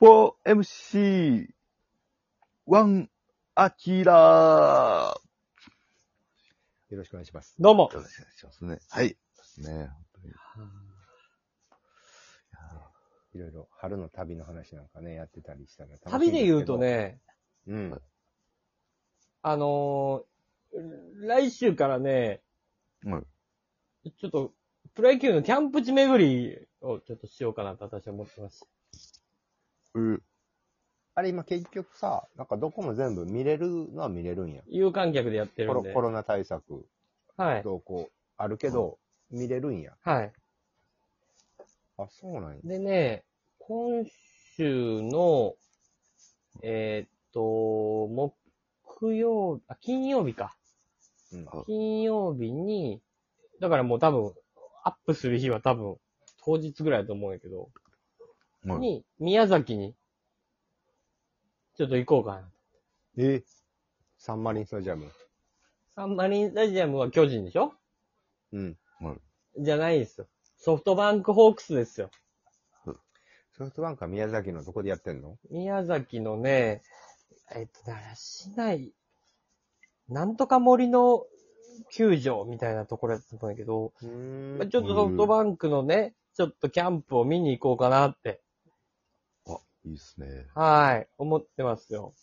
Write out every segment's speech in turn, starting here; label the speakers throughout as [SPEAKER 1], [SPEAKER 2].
[SPEAKER 1] 4MC、ワン、アキラー。
[SPEAKER 2] よろしくお願いします。
[SPEAKER 3] どうも
[SPEAKER 1] よ。ろしくお願いしますね。はい。ね
[SPEAKER 2] いろいろ春の旅の話なんかね、やってたりしたら楽しい
[SPEAKER 3] 旅で言うと
[SPEAKER 2] す
[SPEAKER 3] ね、
[SPEAKER 2] けど。うん。
[SPEAKER 3] あのー来週からね、
[SPEAKER 1] はい
[SPEAKER 3] ちょっと、プロ野球のキャンプ地巡りをちょっとしようかなと私は思ってます。
[SPEAKER 1] う
[SPEAKER 2] あれ今結局さ、なんかどこも全部見れるのは見れるんや。
[SPEAKER 3] 有観客でやって
[SPEAKER 2] コ
[SPEAKER 3] るん
[SPEAKER 2] ロ
[SPEAKER 3] で。
[SPEAKER 2] コロナ対策、
[SPEAKER 3] はい。
[SPEAKER 2] どうこう、あるけど、見れるんや。
[SPEAKER 3] はい。
[SPEAKER 2] あ、そうなんや。
[SPEAKER 3] でね、今週の、えーっと、木曜、あ、金曜日か。
[SPEAKER 2] うん
[SPEAKER 1] あ
[SPEAKER 3] 金曜日に、だからもう多分、アップする日は多分、当日ぐらいだと思うんやけど、
[SPEAKER 1] はい。
[SPEAKER 3] に、宮崎に、ちょっと行こうかな。
[SPEAKER 2] えサンマリンスタジアム。
[SPEAKER 3] サンマリンスタジアムは巨人でしょ
[SPEAKER 2] うん。
[SPEAKER 3] じゃないですよ。ソフトバンクホークスですよ。
[SPEAKER 2] ソフトバンクは宮崎のどこでやってんの
[SPEAKER 3] 宮崎のね、えっと、だから市内、なんとか森の球場みたいなところやったんだけど、
[SPEAKER 2] う
[SPEAKER 3] まあ
[SPEAKER 2] ん
[SPEAKER 3] ちょっとソフトバンクのね、ちょっとキャンプを見に行こうかなって、
[SPEAKER 1] あ、いいっすね。
[SPEAKER 3] はい、思ってますよ。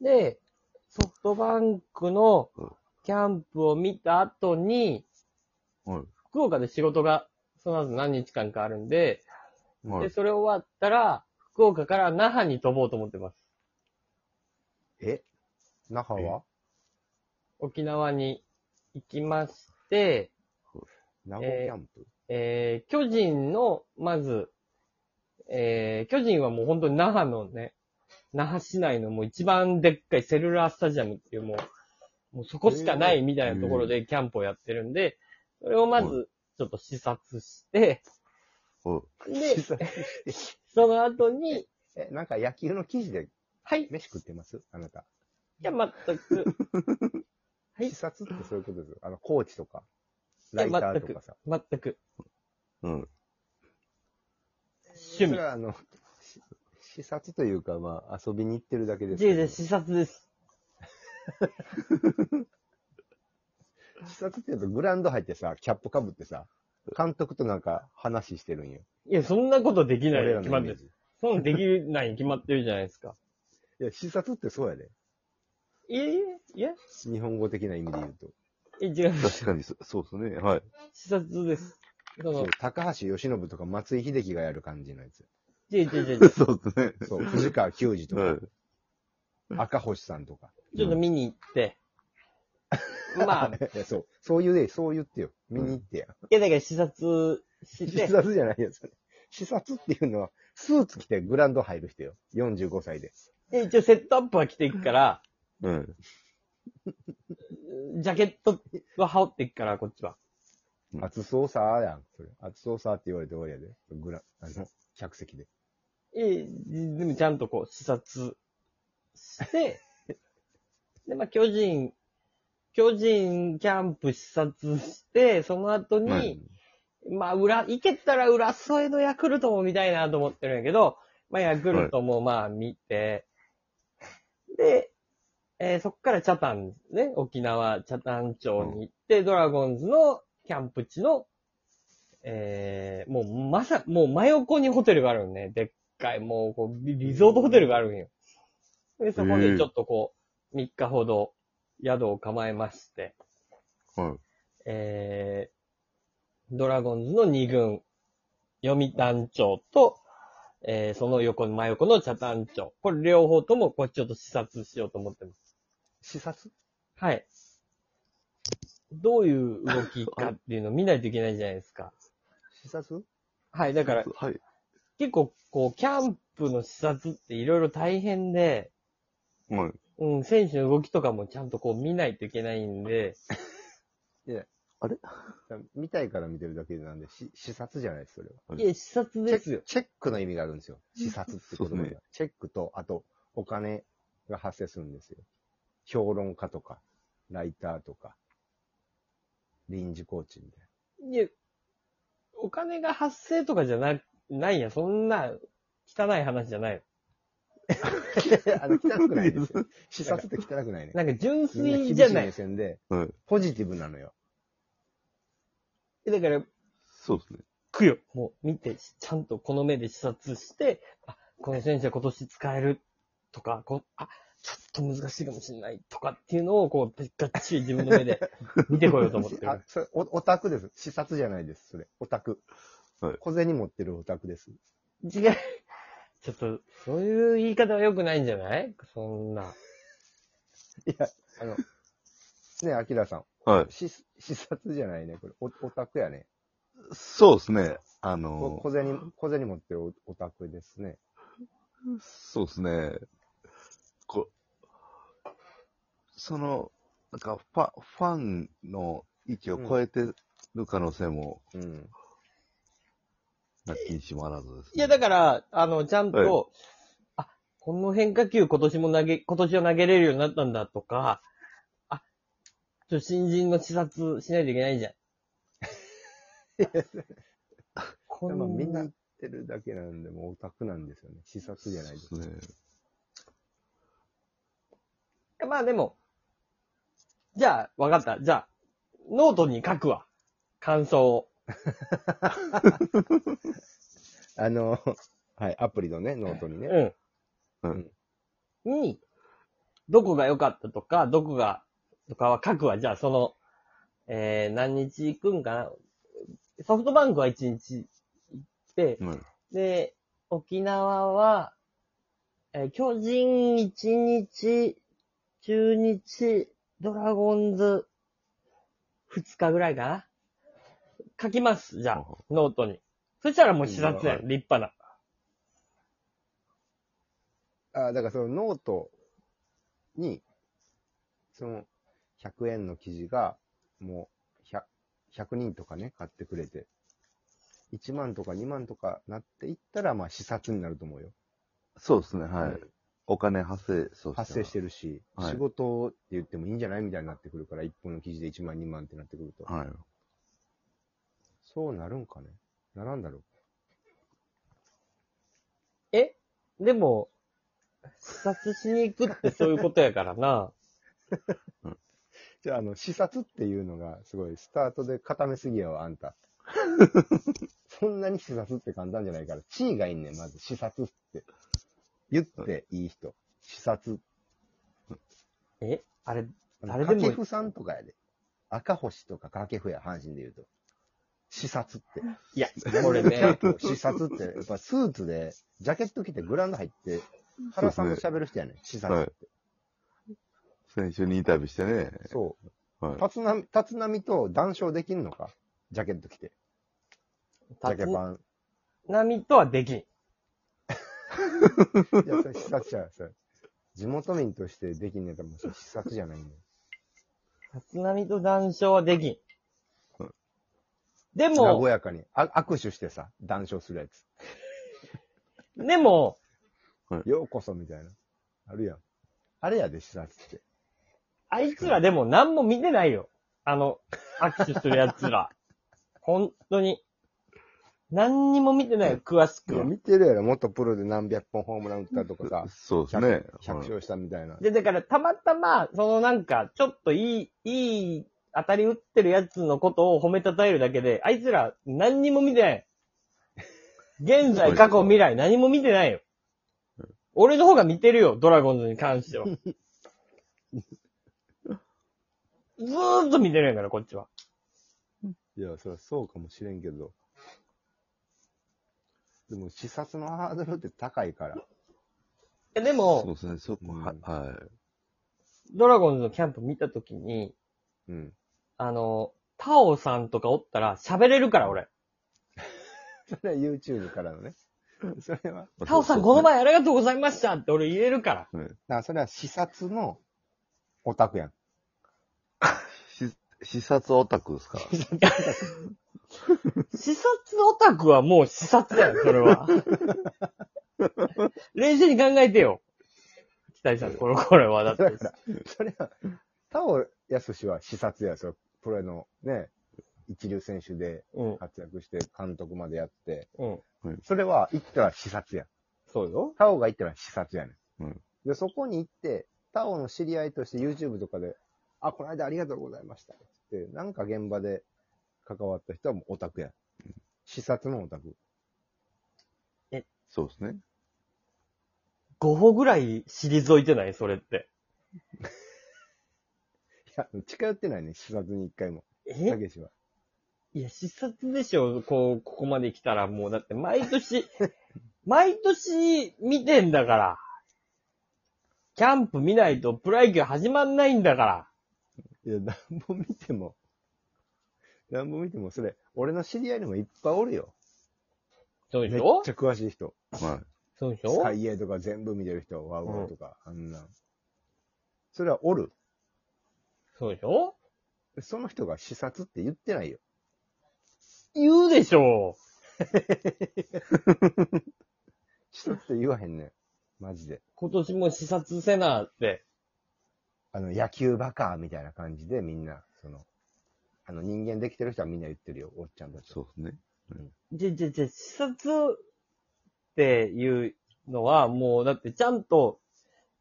[SPEAKER 3] で、ソフトバンクの
[SPEAKER 1] うん
[SPEAKER 3] キャンプを見た後に、
[SPEAKER 1] はい。
[SPEAKER 3] 福岡で仕事がその後何日間かあるんで、
[SPEAKER 1] はい
[SPEAKER 3] で、。それ終わったら、福岡から那覇に飛ぼうと思ってます。
[SPEAKER 2] え那覇は
[SPEAKER 3] 沖縄に行きまして、
[SPEAKER 2] 名古屋キャンプ、
[SPEAKER 3] えー、巨人の、まず、えー、巨人はもう本当に那覇のね、那覇市内のもう一番でっかいセルラースタジアムっていうもう、もうそこしかないみたいなところでキャンプをやってるんで、それをまずちょっと視察して、
[SPEAKER 1] はい
[SPEAKER 3] で、その後に、
[SPEAKER 2] え、なんか野球の記事で
[SPEAKER 3] はい、
[SPEAKER 2] 飯食ってますあなた。
[SPEAKER 3] じゃあ全く、はい
[SPEAKER 2] 視察ってそういうことですよ。あの、コーチとか、ライターとかさ。
[SPEAKER 3] 全く、
[SPEAKER 1] うん。
[SPEAKER 3] 趣
[SPEAKER 2] そ
[SPEAKER 3] 味
[SPEAKER 2] れ。はあの、し視察というか、まあ、遊びに行ってるだけです
[SPEAKER 3] 人
[SPEAKER 2] け
[SPEAKER 3] 生
[SPEAKER 2] ど。
[SPEAKER 3] 視察です。
[SPEAKER 2] 視察っていうと、グラウンド入ってさ、キャップかぶってさ、監督となんか話してるんよ。
[SPEAKER 3] いや、そんなことできない
[SPEAKER 2] 俺
[SPEAKER 3] に
[SPEAKER 2] ら
[SPEAKER 3] 決ま
[SPEAKER 2] の
[SPEAKER 3] っ
[SPEAKER 2] イメ
[SPEAKER 3] て
[SPEAKER 2] ー
[SPEAKER 3] る。
[SPEAKER 2] ジ。
[SPEAKER 3] そんなできないに決まってるじゃないですか。
[SPEAKER 2] いや、視察ってそうやで。
[SPEAKER 3] いえいえ、いや、
[SPEAKER 2] 日本語的な意味で言うと。
[SPEAKER 3] え 違う。
[SPEAKER 1] 確かにそ、そうですね。はい。
[SPEAKER 3] 視察です。そ
[SPEAKER 2] そ
[SPEAKER 3] の
[SPEAKER 2] う、高橋由伸とか松井秀喜がやる感じのやつ。
[SPEAKER 3] ちょちょちょちょ
[SPEAKER 1] そうですね。
[SPEAKER 2] そう、 藤川球児と
[SPEAKER 1] は
[SPEAKER 2] か
[SPEAKER 1] い、。
[SPEAKER 2] 赤星さんとか。
[SPEAKER 3] ちょっと見に行って。まあ、い
[SPEAKER 2] いや そう、そういうね、そう言ってよ。見に行ってや。
[SPEAKER 3] やだから視察し
[SPEAKER 2] 視
[SPEAKER 3] て、
[SPEAKER 2] 察じゃないよ、それ。視察っていうのは、スーツ着てグラウンド入る人よ。45歳で。
[SPEAKER 3] で一応セットアップは着ていくから、
[SPEAKER 1] うん。
[SPEAKER 3] ジャケットは羽織っていくから、こっちは。
[SPEAKER 2] 熱そうさーやん、それ。熱そうさーって言われて終わりやで。グラ、あの、客席で。
[SPEAKER 3] ええでもちゃんとこう視察 して、で、まあ、巨人、巨人キャンプ視察して、その後に、
[SPEAKER 1] はい
[SPEAKER 3] まあ、裏、行けたら裏添えのヤクルトも見たいなと思ってるんやけど、まあ、ヤクルトもまあ見て、で、えーそっからチャタンですね、沖縄、チャタン町に行って、ドラゴンズのキャンプ地の、えー、もうまさ、もう真横にホテルがあるんね。でっかい、もうこうリリゾートホテルがあるんよ。で、そこでちょっとこう、3日ほど宿を構えまして、
[SPEAKER 1] はい。
[SPEAKER 3] えー、ドラゴンズの2軍、読谷町と、えー、その横の真横の茶谷町。これ両方とも、これちょっと視察しようと思ってます。
[SPEAKER 2] 視察
[SPEAKER 3] はい。どういう動きかっていうのを見ないといけないじゃないですか。
[SPEAKER 2] 視察
[SPEAKER 3] はい。だから、
[SPEAKER 1] はい。
[SPEAKER 3] 結構、こう、キャンプの視察っていろいろ大変で、
[SPEAKER 1] はい。
[SPEAKER 3] うん、選手の動きとかもちゃんとこう見ないといけないんで、
[SPEAKER 2] 見たいから見てるだけなんで、し視察じゃないです、それは。
[SPEAKER 1] はい
[SPEAKER 3] いや、視察
[SPEAKER 2] チェ
[SPEAKER 3] ですよ。
[SPEAKER 2] チェックの意味があるんですよ。視察って言葉には
[SPEAKER 1] そうで
[SPEAKER 2] チェックと、あと、お金が発生するんですよ。評論家とか、ライターとか、臨時コーチみたい
[SPEAKER 3] いや、お金が発生とかじゃなないや、そんな、汚い話じゃない。
[SPEAKER 2] あの、汚くないですよ。視察って汚くないね。
[SPEAKER 3] なんか純
[SPEAKER 2] みんな
[SPEAKER 3] 粋
[SPEAKER 2] 厳
[SPEAKER 3] じゃ
[SPEAKER 2] しい
[SPEAKER 3] ない
[SPEAKER 2] 目。線で、
[SPEAKER 1] はい。
[SPEAKER 2] ポジティブなのよ。
[SPEAKER 3] だから、
[SPEAKER 1] そうですね。
[SPEAKER 3] くよ。もう見て、ちゃんとこの目で視察して、あ、この選手は今年使えるとか、こあ、ちょっと難しいかもしれないとかっていうのを、こう、がっちり自分の目 で見てこようと思って
[SPEAKER 2] あ
[SPEAKER 3] る。、
[SPEAKER 2] それ、おオタクです。視察じゃないです、それ。オタク。
[SPEAKER 1] はい
[SPEAKER 2] 小銭持ってるオタクです。
[SPEAKER 3] 違う。ちょっと、そういう言い方は良くないんじゃないそんな。
[SPEAKER 2] いや、あの、ね、アキラさん。
[SPEAKER 1] はい。
[SPEAKER 2] 視視察じゃないね、これ。おオタクやね。
[SPEAKER 1] そうですね。あ
[SPEAKER 2] こ
[SPEAKER 1] の、
[SPEAKER 2] 小銭、小銭持ってるオオタクですね。
[SPEAKER 1] そうですね。こその、なんかファ、ファンの域を超えてる可能性も、
[SPEAKER 2] うん。
[SPEAKER 1] なきにしもあらずです、ね。
[SPEAKER 3] いや、だから、あの、ちゃんと、
[SPEAKER 1] は
[SPEAKER 3] あ、この変化球今年も投げ、今年は投げれるようになったんだとか、あ、ちょ、新人の視察しないといけな いじゃん。こ
[SPEAKER 2] で
[SPEAKER 3] ん
[SPEAKER 2] もみんな言ってるだけなんで、もうオタクなんですよね。視察じゃないです。
[SPEAKER 1] そうですね。
[SPEAKER 3] まあでも、じゃあ、わかった。じゃあ、ノートに書くわ。感想を。
[SPEAKER 2] あの、はい、アプリのね、ノートにね。
[SPEAKER 3] う。
[SPEAKER 1] うん
[SPEAKER 3] うん。に、どこが良かったとか、どこが、とかは書くわ。じゃあ、その、えー、何日行くんかな。ソフトバンクは1日行って、
[SPEAKER 1] はい。
[SPEAKER 3] で、沖縄は、えー巨人1日、中日、ドラゴンズ2日ぐらいかな。書きます。じゃ
[SPEAKER 1] は
[SPEAKER 3] あ、ノートに。そしたらもう視察や。
[SPEAKER 1] うん
[SPEAKER 3] 立派な。
[SPEAKER 2] あ、だからそのノートに、その、100円の記事が、もう100、100人とかね、買ってくれて、1万とか2万とかなっていったら、まあ、視察になると思うよ。
[SPEAKER 1] そうですね、はい。お金発生、そう
[SPEAKER 2] 発生して
[SPEAKER 1] る。
[SPEAKER 2] るし、
[SPEAKER 1] はい
[SPEAKER 2] 仕事って言ってもいいんじゃないみたいになってくるから、1本の記事で1万2万ってなってくると。
[SPEAKER 1] はい。
[SPEAKER 2] そうなるんかねならんだろう。
[SPEAKER 3] えでも、視察しに行くってそういうことやからな。
[SPEAKER 2] じゃあ、あの、視察っていうのが、すごい、スタートで固めすぎやわ、あんた。 そんなに視察って簡単じゃないから、地位がいんねん、まず、視察って。言っていい人。視察。
[SPEAKER 3] えあれ、
[SPEAKER 2] あの
[SPEAKER 3] 誰でも
[SPEAKER 2] 掛布さんとかやで。赤星とか掛布や、阪神で言うと。視察って。
[SPEAKER 3] いや、これ
[SPEAKER 2] キャン
[SPEAKER 3] ね、
[SPEAKER 2] プを視察って、やっぱスーツで、ジャケット着てグラウンド入って、原さんと喋る人やねん、視察って。
[SPEAKER 1] 先週にインタビューしてね。
[SPEAKER 2] そう。
[SPEAKER 1] はい。
[SPEAKER 2] 立浪、立浪と談笑できんのかジャケット着て。ジャケ
[SPEAKER 3] 立
[SPEAKER 2] パン。
[SPEAKER 3] 浪とはできん。
[SPEAKER 2] いや、それ視察者、それ。地元民としてできんねえから、もうそれ視察じゃないんだよ。
[SPEAKER 3] 立浪と談笑はできん
[SPEAKER 1] うん。
[SPEAKER 3] で
[SPEAKER 2] 和
[SPEAKER 3] も、
[SPEAKER 2] やかにあ握手してさ、談笑するやつ。
[SPEAKER 3] でも、
[SPEAKER 2] ようこそみたいな。あるやん。あれやで、視察って。
[SPEAKER 3] あいつらでも何も見てないよ。あの、握手するやつ ら。本当に。何にも見てないよ、詳しくは。
[SPEAKER 2] 見てるやろ、元プロで何百本ホームラン打ったとかさ、
[SPEAKER 1] そうですね。
[SPEAKER 2] 100, 100
[SPEAKER 1] はい
[SPEAKER 2] 勝したみたいな。
[SPEAKER 3] で、だから、たまたま、そのなんか、ちょっといい、いい当たり打ってるやつのことを褒めたたえるだけで、あいつら何にも見てない。現在、過去、未来、何も見てないよ。俺の方が見てるよ、ドラゴンズに関しては。ずーっと見てるんやから、こっちは。
[SPEAKER 2] いや、そりゃそうかもしれんけど。でも、視察のハードルって高いから。
[SPEAKER 3] え
[SPEAKER 1] そ
[SPEAKER 3] で
[SPEAKER 1] う
[SPEAKER 3] も、
[SPEAKER 1] ですね、そこは、
[SPEAKER 2] うん
[SPEAKER 1] はい。
[SPEAKER 3] ドラゴンズのキャンプ見たときに、
[SPEAKER 2] うん。
[SPEAKER 3] あの、タオさんとかおったら喋れるから、俺。
[SPEAKER 2] それは YouTube からのね。それは、
[SPEAKER 3] タオさん、この前ありがとうございましたって俺言えるから。
[SPEAKER 2] なそれは視察のオタクやん。
[SPEAKER 1] し視察オタクですか
[SPEAKER 3] 視察オタクはもう視察だよ、それ は。冷静に考えてよ。北井さん、これ、これはだって。
[SPEAKER 2] それは、タオヤス氏は視察や、それプロのね、一流選手で
[SPEAKER 3] うん。
[SPEAKER 2] 活躍して監督までやって、
[SPEAKER 3] うん。
[SPEAKER 2] それは行ったら視察や。
[SPEAKER 3] そうよ。
[SPEAKER 2] タオが行ったら視察やねん。
[SPEAKER 1] うん
[SPEAKER 2] で、そこに行って、タオの知り合いとして YouTube とかで、あ、この間ありがとうございました。って、なんか現場で関わった人はもうオタクや。視察のオタク。
[SPEAKER 1] そうですね。
[SPEAKER 3] 5歩ぐらい退いてないそれって。
[SPEAKER 2] いや、近寄ってないね、視察に一回も。た
[SPEAKER 3] え
[SPEAKER 2] けしは。
[SPEAKER 3] いや、視察でしょこう、ここまで来たらもう、だって毎 年、毎年見てんだから。キャンプ見ないとプロ野球始まんないんだから。
[SPEAKER 2] いや、なんぼ見ても、なんぼ見ても、それ、俺の知り合いにもいっぱいおるよ。
[SPEAKER 3] そう
[SPEAKER 2] め
[SPEAKER 3] で
[SPEAKER 2] っ
[SPEAKER 3] しょ
[SPEAKER 2] ちゃ詳しい人。
[SPEAKER 1] は
[SPEAKER 3] そうでし
[SPEAKER 2] ス
[SPEAKER 3] ょ
[SPEAKER 2] カイエーとか全部見てる人、ワウワウとか、あんなん。それはおる。
[SPEAKER 3] そうでしょ
[SPEAKER 2] その人が視察って言ってないよ。
[SPEAKER 3] 言うでしょ
[SPEAKER 2] 視察って言わへんねん。マジで。
[SPEAKER 3] 今年も視察せなって。
[SPEAKER 2] あの、野球バカみたいな感じでみんな、その、あの、人間できてる人はみんな言ってるよ、おっちゃんた
[SPEAKER 1] い。
[SPEAKER 2] ち。
[SPEAKER 1] そうですね。
[SPEAKER 3] じゃ、じゃ、じゃ、視察っていうのは、もう、だってちゃんと、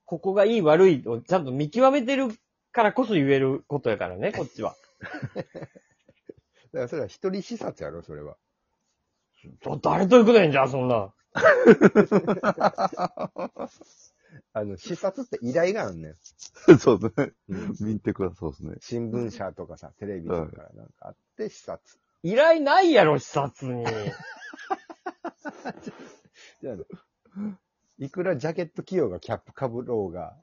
[SPEAKER 3] ここがいい悪いをちゃんと見極めてるからこそ言えることやからね、こっちは。
[SPEAKER 2] だからそれは一人視察やろ、それは。
[SPEAKER 3] ど誰と行くねんじゃあ、そんな。
[SPEAKER 2] あの、視察って依頼があんねん。
[SPEAKER 1] そうですね。
[SPEAKER 2] うん
[SPEAKER 1] 見てください。そうですね。
[SPEAKER 2] 新聞社とかさ、テレビとかなんかあって視察。
[SPEAKER 3] 依頼ないやろ、視察に。
[SPEAKER 2] じゃあいくらジャケット着ようがキャップかぶろうが、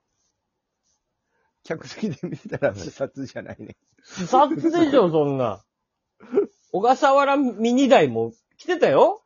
[SPEAKER 2] 客席で見たら視察じゃないね。
[SPEAKER 3] 視察でしょ、そんな。小笠原ミニ台も来てたよ